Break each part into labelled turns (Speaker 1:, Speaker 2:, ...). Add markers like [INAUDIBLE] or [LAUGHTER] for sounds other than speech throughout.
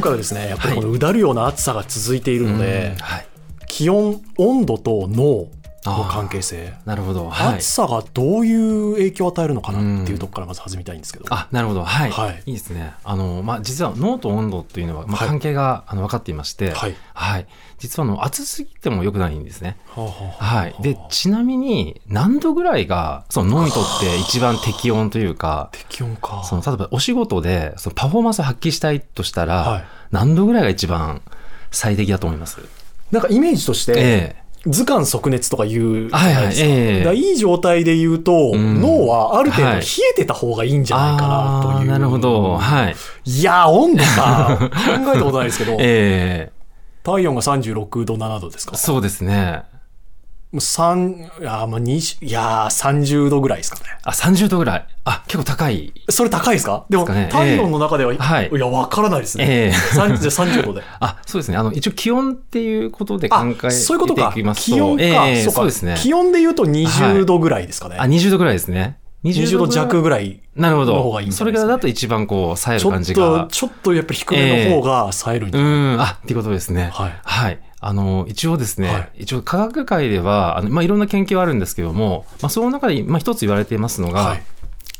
Speaker 1: 回はですねやっぱりこのうだるような暑さが続いているので、
Speaker 2: はい、
Speaker 1: 気温、温度と脳の関係性、
Speaker 2: なるほど、はい
Speaker 1: 暑、さがどういう影響を与えるのかなっていうところからまず始めたいんですけど、
Speaker 2: あなるほど、はい、
Speaker 1: はい
Speaker 2: い、いですね、あのまあ、実は脳と温度っていうのは、ま
Speaker 1: は
Speaker 2: あ、
Speaker 1: い
Speaker 2: 関係が、あの分かっていまして、
Speaker 1: は
Speaker 2: はいい実はあの暑すぎても良くないんですね。
Speaker 1: はあはあはあ
Speaker 2: はい、でちなみに、何度ぐらいがその脳にとって一番適温というか、
Speaker 1: 適温か。
Speaker 2: その例えばお仕事でそのパフォーマンスを発揮したいとしたら、
Speaker 1: はい
Speaker 2: 何度ぐらいが一番最適だと思います、
Speaker 1: なんかイメージとして、
Speaker 2: え
Speaker 1: 図鑑即熱とかいうじゃ
Speaker 2: はい
Speaker 1: な
Speaker 2: はい
Speaker 1: いですか。
Speaker 2: ええ
Speaker 1: だからいい状態で言うと、
Speaker 2: うん
Speaker 1: 脳はある程度
Speaker 2: は
Speaker 1: 冷
Speaker 2: い
Speaker 1: えてた方がいいんじゃないかなという。
Speaker 2: あーなるほど、はい
Speaker 1: いやー、温度
Speaker 2: [LAUGHS]
Speaker 1: か。考えたことないですけど、
Speaker 2: え
Speaker 1: 体温が36度、7度ですか
Speaker 2: え。そうですね
Speaker 1: もう3、いやー、まあ、20いやー、30度ぐらいですかね。
Speaker 2: あ30度ぐらいあ結構高い
Speaker 1: それ高いですかでも、
Speaker 2: ですかね
Speaker 1: 体温の中では、
Speaker 2: はい
Speaker 1: いや、わからないですね。
Speaker 2: ええ
Speaker 1: 三じゃあ30度で。
Speaker 2: あそうですねあの一応気温っていうことで考えて
Speaker 1: あ、そういうことか。
Speaker 2: いきますと
Speaker 1: 気温か。
Speaker 2: ええ
Speaker 1: そうか
Speaker 2: そうですね
Speaker 1: 気温で言うと20度ぐらいですかね。
Speaker 2: あ20度ぐらいですね
Speaker 1: 20度弱ぐらい。
Speaker 2: なるほ
Speaker 1: の方が
Speaker 2: ど
Speaker 1: いいんじゃ
Speaker 2: そ
Speaker 1: ない
Speaker 2: れ
Speaker 1: ですかね
Speaker 2: がだと一番こう冴え
Speaker 1: ち
Speaker 2: る
Speaker 1: ょ
Speaker 2: 感
Speaker 1: っ
Speaker 2: じ
Speaker 1: と、
Speaker 2: が
Speaker 1: ちょっとやっぱ低めの方が冴えるんじ
Speaker 2: う
Speaker 1: ゃない
Speaker 2: んあっていうことですね
Speaker 1: はい
Speaker 2: はい。あの、一応ですね、
Speaker 1: はい
Speaker 2: 一応科学界では、あのまあ、いろんな研究はあるんですけども、まあ、その中で、まあ、一つ言われていますのが、
Speaker 1: はい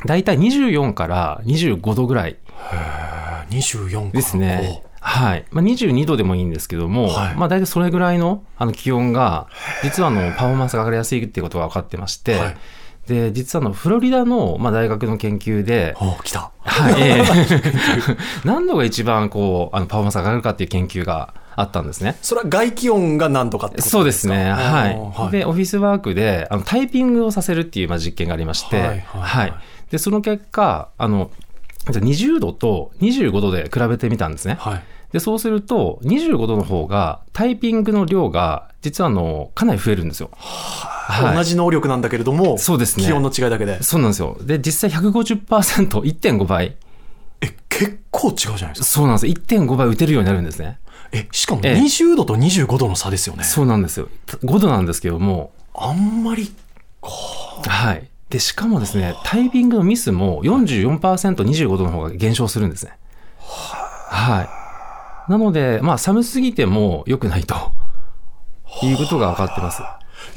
Speaker 2: 大体24から25度ぐらい
Speaker 1: あ24か。
Speaker 2: ですね。はい。まあ、22度でもいいんですけども、
Speaker 1: はい
Speaker 2: まあ、大体それぐらいの、あの、気温が、実は、あの、パフォーマンスが上がりやすいっていうことが分かってまして、
Speaker 1: はい
Speaker 2: で、実は、あの、フロリダの、まあ、大学の研
Speaker 1: [LAUGHS]
Speaker 2: 究で、
Speaker 1: おお来た。
Speaker 2: はい、ええ [LAUGHS] 何度が一番、こう、あの、パフォーマンスが上がるかっていう研究があったんですね。
Speaker 1: それは外気温が何度かってこと
Speaker 2: そうですね。
Speaker 1: か
Speaker 2: はい。
Speaker 1: あー
Speaker 2: で、オフィスワークで、あの、タイピングをさせるっていう、まあ、実験がありまして、
Speaker 1: は
Speaker 2: はいい
Speaker 1: はいはい
Speaker 2: で、その結果、あの、じゃあ20度と25度で比べてみたんですね。
Speaker 1: はい。
Speaker 2: で、そうすると、25度の方が、タイピングの量が、実は、あの、かなり増えるんですよ。はい
Speaker 1: 同じ能力なんだけれども、
Speaker 2: そうですね
Speaker 1: 気温の違いだけで。
Speaker 2: そうなんですよ。で、実際150%、1.5倍。
Speaker 1: え、結構違うじゃないですか。
Speaker 2: そうなんです。1.5倍打てるようになるんですね。
Speaker 1: え、しかも
Speaker 2: ええ
Speaker 1: 20度と25度の差ですよね。
Speaker 2: そうなんですよ。5度なんですけども、
Speaker 1: あんまり、
Speaker 2: はい。で、しかもですね、タイピングのミスも44%、25度の方が減少するんですね。はい。なので、まあ、寒すぎても良くないと。いうことが分かってます。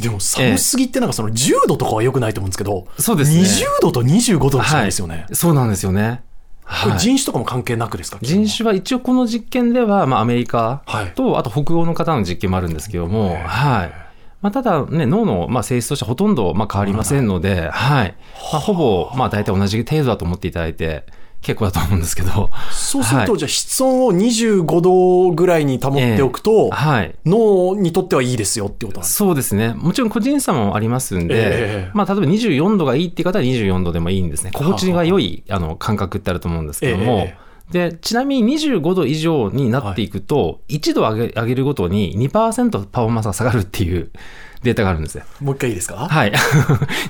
Speaker 1: でも寒すぎってなんかその10度とかは良くないと思うんですけど、
Speaker 2: そうですね。
Speaker 1: 20度と25度の
Speaker 2: は
Speaker 1: 差
Speaker 2: い
Speaker 1: ですよね。
Speaker 2: そうなんですよね。
Speaker 1: こ
Speaker 2: は
Speaker 1: れ
Speaker 2: い。
Speaker 1: 人種とかも関係なくですか
Speaker 2: 人種は一応この実験では、まあ、アメリカ
Speaker 1: はい
Speaker 2: と、あと北欧の方の実験もあるんですけども、はい。まあ、ただね、脳のまあ性質としてはほとんどまあ変わりませんので、はい。まあ、ほぼ、まあ大体同じ程度だと思っていただいて、結構だと思うんですけど、
Speaker 1: そうすると、
Speaker 2: はい
Speaker 1: じゃあ室温を25度ぐらいに保っておくと、
Speaker 2: はい。
Speaker 1: 脳にとってはいいですよってことなんです
Speaker 2: そうですね。もちろん個人差もありますんで、
Speaker 1: ええ
Speaker 2: まあ、例えば24度がいいっていう方は24度でもいいんですね。心地が良いあの感覚ってあると思うんですけども、
Speaker 1: え
Speaker 2: で、ちなみに25度以上になっていくと、1度上げ上げるごとに2%パフォーマンスが下がるっ
Speaker 1: [LAUGHS]
Speaker 2: ていうデータがあるんですよ。
Speaker 1: もう一回いいですか
Speaker 2: はい。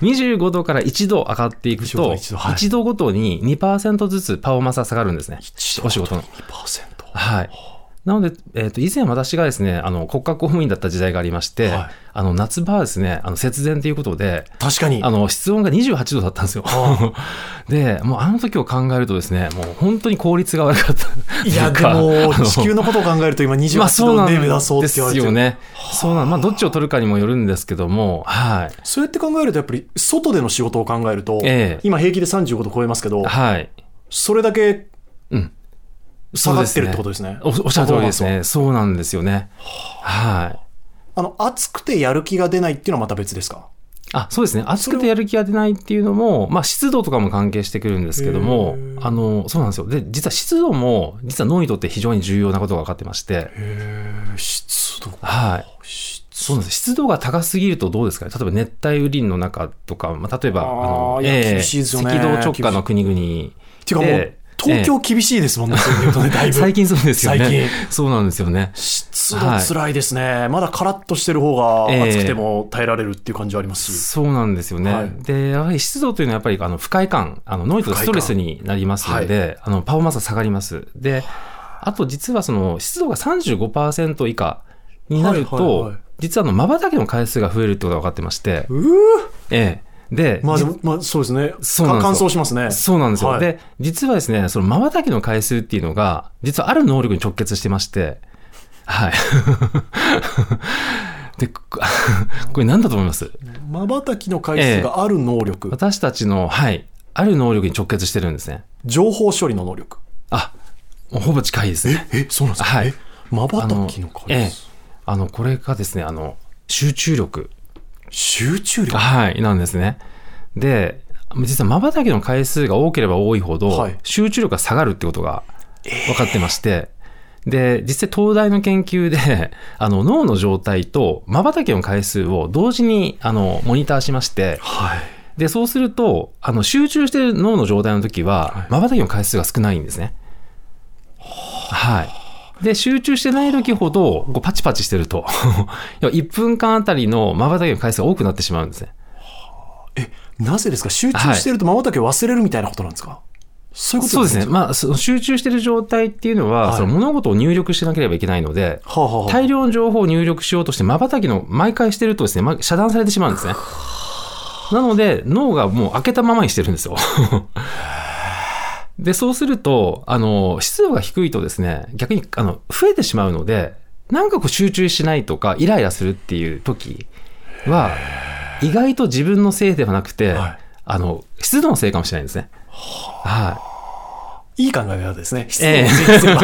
Speaker 2: 25度から1度上がっていく
Speaker 1: 25度
Speaker 2: と、
Speaker 1: 1度はい
Speaker 2: 1度ごとに2%ずつパフォーマンスが下がるんですね。お仕事の。
Speaker 1: 2%。
Speaker 2: はい。なので、えっ、と、以前私がですね、あの、国家公務員だった時代がありまして、
Speaker 1: はい
Speaker 2: あの、夏場はですね、あの、節電ということで、
Speaker 1: 確かに。
Speaker 2: あの、室温が28度だったんですよ。 [LAUGHS] で、もうあの時を考えるとですね、もう本当に効率が悪かった。
Speaker 1: いや、で
Speaker 2: とうか
Speaker 1: も、
Speaker 2: あの
Speaker 1: 地球のことを考えると今
Speaker 2: まあ
Speaker 1: 28
Speaker 2: そう
Speaker 1: 度
Speaker 2: なん
Speaker 1: で目指そうって言われて
Speaker 2: です
Speaker 1: る。
Speaker 2: よね。そうなん、まあどっちを取るかにもよるんですけども、はい。
Speaker 1: そうやって考えると、やっぱり外での仕事を考えると、
Speaker 2: ええ
Speaker 1: 今平気で35度超えますけど、
Speaker 2: はい。
Speaker 1: それだけ
Speaker 2: うん
Speaker 1: 下がってるってことですね。
Speaker 2: おおっしゃる
Speaker 1: パ
Speaker 2: 通りです
Speaker 1: フォーマンスは。
Speaker 2: ね。そうなんですよね。はい。
Speaker 1: あの、暑くてやる気が出ないっていうのはまた別ですか
Speaker 2: あそうですね、暑くてやる気が出ないっていうのも、まあ、湿度とかも関係してくるんですけども
Speaker 1: へー、
Speaker 2: あのそうなんですよ、で実は湿度も、実は脳にとって非常に重要なことが分かってまして、
Speaker 1: 湿度。
Speaker 2: はい、そうなんです湿度が高すぎるとどうですかね、例えば熱帯雨林の中とか、まあ、例えば、
Speaker 1: あー
Speaker 2: の
Speaker 1: いや厳しいですよね
Speaker 2: 赤道直下の国々。
Speaker 1: ていうかもう
Speaker 2: で、
Speaker 1: 東京厳しいですもんね、そういうことね、だいぶ。
Speaker 2: 最近そうですよね。
Speaker 1: 最近
Speaker 2: そうなんですよね。
Speaker 1: 湿度つらいですね、まだカラッとしてる方が
Speaker 2: ええ
Speaker 1: 暑くても耐えられるっていう感じはありますし、
Speaker 2: そうなんですよね。
Speaker 1: はい
Speaker 2: で、やはり湿度というのはやっぱりあの不快感、あのノイズがストレスになりますので、あのパフォーマンスが下がります。で、あと実はその湿度が35%以下になると、
Speaker 1: はいはいはい
Speaker 2: 実はあの瞬きの回数が増えるってことが分かってまして、
Speaker 1: うー
Speaker 2: ええ。で、
Speaker 1: まあでも、まあそうですね。
Speaker 2: そうなんですよ
Speaker 1: か乾燥しますね。
Speaker 2: そうなんですよ。
Speaker 1: はい
Speaker 2: で、実はですね、その瞬きの回数っていうのが、実はある能力に直結してまして、はい。 [LAUGHS] で、こ [LAUGHS] これ何だと思います
Speaker 1: 瞬きの回数がある能力、
Speaker 2: 私たちの、はい、ある能力に直結してるんですね。
Speaker 1: 情報処理の能力。
Speaker 2: あ、もうほぼ近いですね。
Speaker 1: え、そうなんですか
Speaker 2: はい
Speaker 1: え瞬きの
Speaker 2: え
Speaker 1: 回
Speaker 2: え
Speaker 1: 数。
Speaker 2: あの、これがですね、あの、集中力。
Speaker 1: 集中力
Speaker 2: はい、なんですね。で、実は瞬きの回数が多ければ多いほど、
Speaker 1: はい
Speaker 2: 集中力が下がるってことが分かってまして、で、実際東大の研究で、あの、脳の状態と瞬きの回数を同時に、あの、モニターしまして、
Speaker 1: はい。
Speaker 2: で、そうすると、あの、集中してる脳の状態の時は、瞬きの回数が少ないんですね。はい。で、集中してない時ほど、こうパチパチしてると、1分間あたりの瞬きの回数が多くなってしまうんですね。
Speaker 1: なぜですか集中してると瞬きを忘れるみたいなことなんですかそういうこと
Speaker 2: そうですね。まあ、その集中してる状態っていうのは、
Speaker 1: はい
Speaker 2: その物事を入力しなければいけないので、
Speaker 1: はあはあはあ
Speaker 2: 大量の情報を入力しようとして、瞬きの毎回してるとですね、ま、遮断されてしまうんですね。なので、脳がもう開けたままにしてるんですよ。 [LAUGHS] で、そうすると、あの、湿度が低いとですね、逆に、あの、増えてしまうので、なんかこう集中しないとか、イライラするっていう時は、意外と自分のせいではなくて、
Speaker 1: はい
Speaker 2: あの、湿度のせいかもしれないですね。はい。
Speaker 1: いい考え方ですね。湿度
Speaker 2: ええ
Speaker 1: を追求すれ
Speaker 2: [LAUGHS]
Speaker 1: ば、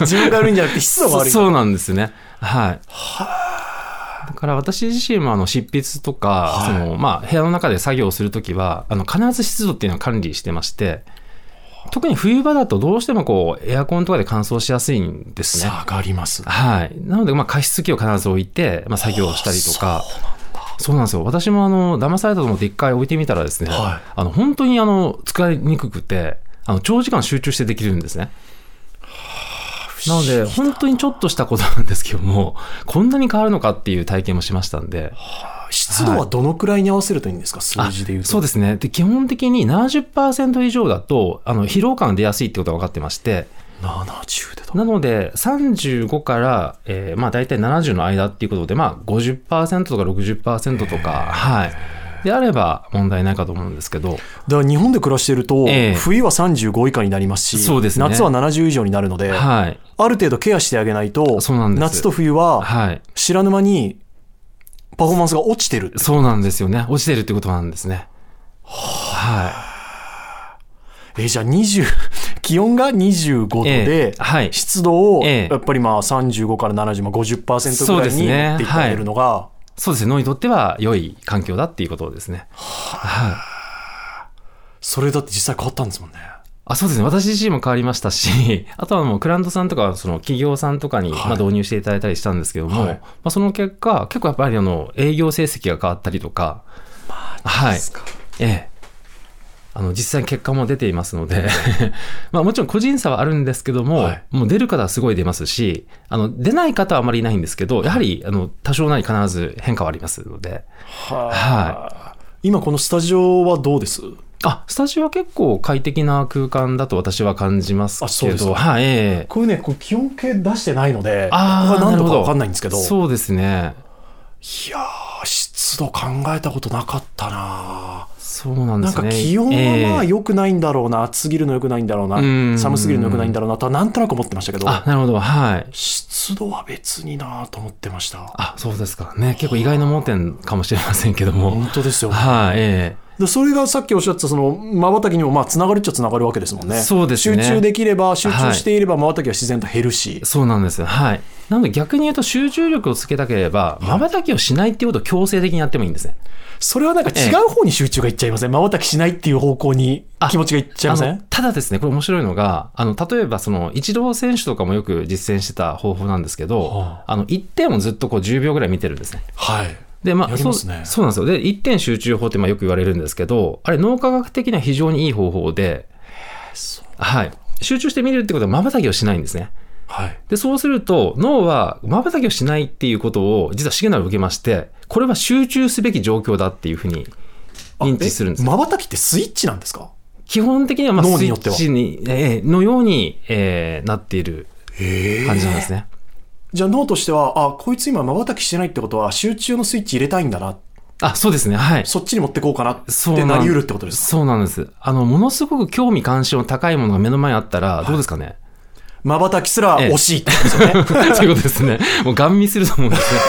Speaker 1: 自分が悪いんじゃなくて湿度が悪い。
Speaker 2: そ
Speaker 1: は
Speaker 2: そうなんですね。はい。だから私自身もあの執筆とか、
Speaker 1: はい
Speaker 2: そのまあ、部屋の中で作業をするときはあの必ず湿度っていうのを管理してまして特に冬場だとどうしてもこうエアコンとかで乾燥しやすいんですね。
Speaker 1: 下がります。
Speaker 2: はい、なのでまあ加湿器を必ず置いて、まあ、作業をしたりとか。そうなんですよ私もあの騙されたと思って一回置いてみたらですね、
Speaker 1: はい
Speaker 2: あの本当にあの使いにくくてあの長時間集中してできるんですね。なので、本当にちょっとしたことなんですけども、こんなに変わるのかっていう体験もしましたんで、
Speaker 1: 湿度はどのくらいに合わせるといいんですか数字で言うと。
Speaker 2: そうですね。で、基本的に70%以上だと、あの、疲労感が出やすいってことが分かってまして、
Speaker 1: 70でと。
Speaker 2: なので、35から、えーまあ、大体70の間っていうことで、まあ、50%とか60%とか、はい。であれば問題ないかと思うんですけど、
Speaker 1: だから日本で暮らしてると、
Speaker 2: ええ
Speaker 1: 冬は35以下になりますし、
Speaker 2: そうですね
Speaker 1: 夏は70以上になるので、
Speaker 2: はい。
Speaker 1: ある程度ケアしてあげないと、
Speaker 2: そうなんです
Speaker 1: 夏と冬は
Speaker 2: はい。
Speaker 1: 知らぬ間にパフォーマンスが落ちてる。
Speaker 2: そうなんですよね。落ちてるってことなんですね。は
Speaker 1: え、じゃあ20、気 [LAUGHS] 温が25度
Speaker 2: い。え
Speaker 1: で、
Speaker 2: ーはい。
Speaker 1: 湿度を
Speaker 2: ええ
Speaker 1: やっぱりまあ35から70、まあ、50%
Speaker 2: そ
Speaker 1: ぐ
Speaker 2: う
Speaker 1: ら
Speaker 2: で
Speaker 1: い
Speaker 2: す
Speaker 1: に
Speaker 2: ね
Speaker 1: 持っていってあげるのが、
Speaker 2: そうですね、脳にとっては良い環境だっていうことですね。はい。
Speaker 1: それだって実際変わったんですもんね。
Speaker 2: あそうですね。私自身も変わりましたし、 [LAUGHS] あとはもうクランドさんとか、その企業さんとかに、
Speaker 1: はい
Speaker 2: まあ導入していただいたりしたんですけども、
Speaker 1: はい
Speaker 2: まあその結果、結構やっぱりあの、営業成績が変わったりとか、はい。ええ。あの、実際に結果も出ていますので、 [LAUGHS] まあもちろん個人差はあるんですけども、
Speaker 1: はい
Speaker 2: もう出る方はすごい出ますし、あの、出ない方はあまりいないんですけど、やはり、あの、多少なり必ず変化はありますので、
Speaker 1: はい。今このスタジオはどうです
Speaker 2: あ、スタジオは結構快適な空間だと私は感じますけど。
Speaker 1: あそうですか
Speaker 2: はい、ええ
Speaker 1: こういうね、こう気温計出してないので、
Speaker 2: あー
Speaker 1: ここが何度
Speaker 2: なるほ
Speaker 1: か
Speaker 2: ど
Speaker 1: 分かんないんですけど、
Speaker 2: そうですね。
Speaker 1: いやー、湿度考えたことなかったな
Speaker 2: そうなんで
Speaker 1: なん
Speaker 2: す
Speaker 1: か
Speaker 2: ね。
Speaker 1: 気温はまあ
Speaker 2: ええ
Speaker 1: 良くないんだろうな、暑すぎるの良くないんだろうな、
Speaker 2: うん
Speaker 1: 寒すぎるの良くないんだろうなとはなんとなく思ってましたけど、
Speaker 2: あ、なるほど。はい。
Speaker 1: 湿度は別になーと思ってました。
Speaker 2: あ、そうですか。ね。結構意外な盲点かもしれませんけども。
Speaker 1: 本当ですよ。
Speaker 2: はい、え
Speaker 1: でそれがさっきおっしゃってたその瞬きにもまあつながるっちゃつながるわけですもんね。
Speaker 2: そうですね
Speaker 1: 集中できれば集中していれば瞬きは自然と減るし
Speaker 2: え。そうなんですよ。はい。なので逆に言うと集中力をつけたければ、瞬きをしないっていうことを強制的にやってもいいんですね。
Speaker 1: それはなんか違う方に集中がいっちゃいません。瞬きしないっていう方向に
Speaker 2: あ
Speaker 1: 気持ちがいっちゃいませ
Speaker 2: あの
Speaker 1: ん。
Speaker 2: ただですね、これ面白いのが、あの、例えばその、イチロー選手とかもよく実践してた方法なんですけど、
Speaker 1: は
Speaker 2: あの、1点をずっとこう10秒ぐらい見てるんですね。
Speaker 1: はい。
Speaker 2: で、まあ、
Speaker 1: やりますね
Speaker 2: そうそうなんですよ。で、一点集中法ってまあよく言われるんですけど、あれ、脳科学的には非常にいい方法で、はい。集中して見れるってことは、瞬きをしないんですね。
Speaker 1: はい。
Speaker 2: で、そうすると、脳は瞬きをしないっていうことを、実はシグナルを受けまして、これは集中すべき状況だっていうふうに認知するんですよ。
Speaker 1: まばたきってスイッチなんですか
Speaker 2: 基本的には、まあ、
Speaker 1: 脳
Speaker 2: ス
Speaker 1: に
Speaker 2: イ
Speaker 1: よ
Speaker 2: ッ
Speaker 1: っては
Speaker 2: チに、えーのように、えーなっている
Speaker 1: え
Speaker 2: 感じなんですね。
Speaker 1: じゃあ脳としては、あ、こいつ今瞬きしてないってことは集中のスイッチ入れたいんだなっ
Speaker 2: あ、そうですね。はい。
Speaker 1: そっちに持ってこうかなっ
Speaker 2: そう
Speaker 1: て
Speaker 2: ん
Speaker 1: なり得るってことですか
Speaker 2: そうなんです。あの、ものすごく興味関心の高いものが目の前にあったら、どうですかね。 [LAUGHS]
Speaker 1: 瞬きすら惜しいってことですよね。 [LAUGHS]
Speaker 2: ということですね。もう、ガン見すると思うんですね。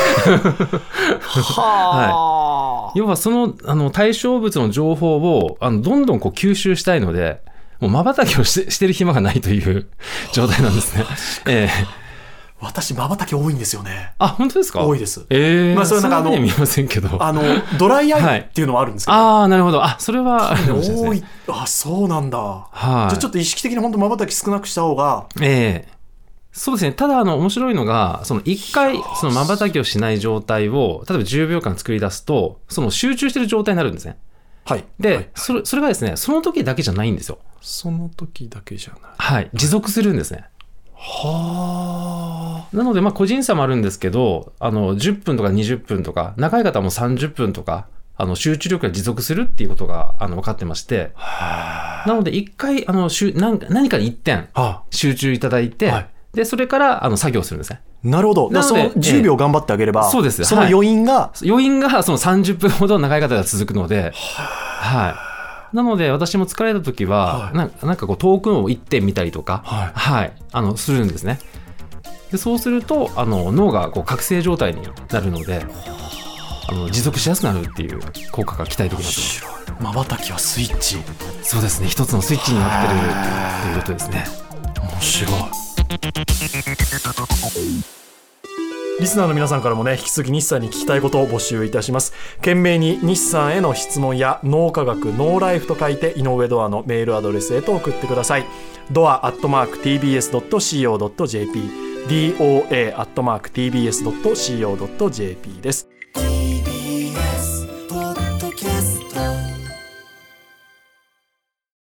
Speaker 1: は
Speaker 2: 要は、その、あの、対象物の情報を、あの、どんどんこう吸収したいので、もう、瞬きをしてしてる暇がないという状態なんですね。ええ
Speaker 1: あ。私、瞬き多いんですよね。
Speaker 2: あ、本当ですか
Speaker 1: 多いです
Speaker 2: ええ
Speaker 1: まあそれは
Speaker 2: そ
Speaker 1: なんんか
Speaker 2: なに
Speaker 1: あの
Speaker 2: 見えませんけど。
Speaker 1: あの、ドライア
Speaker 2: はい
Speaker 1: イっていうのはあるんですけど。
Speaker 2: ああ、なるほど。あ、それは、あるかもしれない
Speaker 1: 多
Speaker 2: です
Speaker 1: い
Speaker 2: ね。。
Speaker 1: あ、そうなんだ。
Speaker 2: はい。
Speaker 1: じゃあちょっと意識的に本当瞬き少なくした方が、
Speaker 2: ええそうですね。ただ、あの、面白いのが、その、一回、その、瞬きをしない状態を、例えば10秒間作り出すと、その、集中してる状態になるんですね。
Speaker 1: はい。
Speaker 2: で、
Speaker 1: はい
Speaker 2: それ、それがですね、その時だけじゃないんですよ。
Speaker 1: その時だけじゃない。
Speaker 2: はい。持続するんですね。
Speaker 1: はあ。
Speaker 2: なので、まあ、個人差もあるんですけど、あの、10分とか20分とか、長い方はもう30分とか、あの、集中力が持続するっていうことが、あの、分かってまして、なので、一回、あの、集何何かに一点、
Speaker 1: あ
Speaker 2: 集中いただいて、
Speaker 1: はい
Speaker 2: で、それから、あの、作業するんですね。
Speaker 1: なるほど。だからそ
Speaker 2: なの
Speaker 1: の
Speaker 2: でええ
Speaker 1: 10秒頑張ってあげれば、
Speaker 2: そうです
Speaker 1: その
Speaker 2: はい
Speaker 1: 余韻が、
Speaker 2: 余韻がその30分ほど長い方が続くので、はい。なので、私も疲れた時は、
Speaker 1: はい
Speaker 2: なんかなんかこう、遠くのを一点見たりとか、
Speaker 1: はい
Speaker 2: あの、するんですね。で、そうすると、あの、脳がこう、覚醒状態になるので、あの、持続しやすくなるっていう効果が期待できます。
Speaker 1: まばたきはスイッチ。
Speaker 2: そうですね。一つのスイッチになってるっていうことですね。
Speaker 1: 面白いリスナーの皆さんからもね引き続き日産に聞きたいことを募集いたします懸命に日産への質問や脳科学ノーライフと書いて井上ドアのメールアドレスへと送ってくださいドアアットマーク TBS.CO.JP doa アットマーク TBS.CO.JP です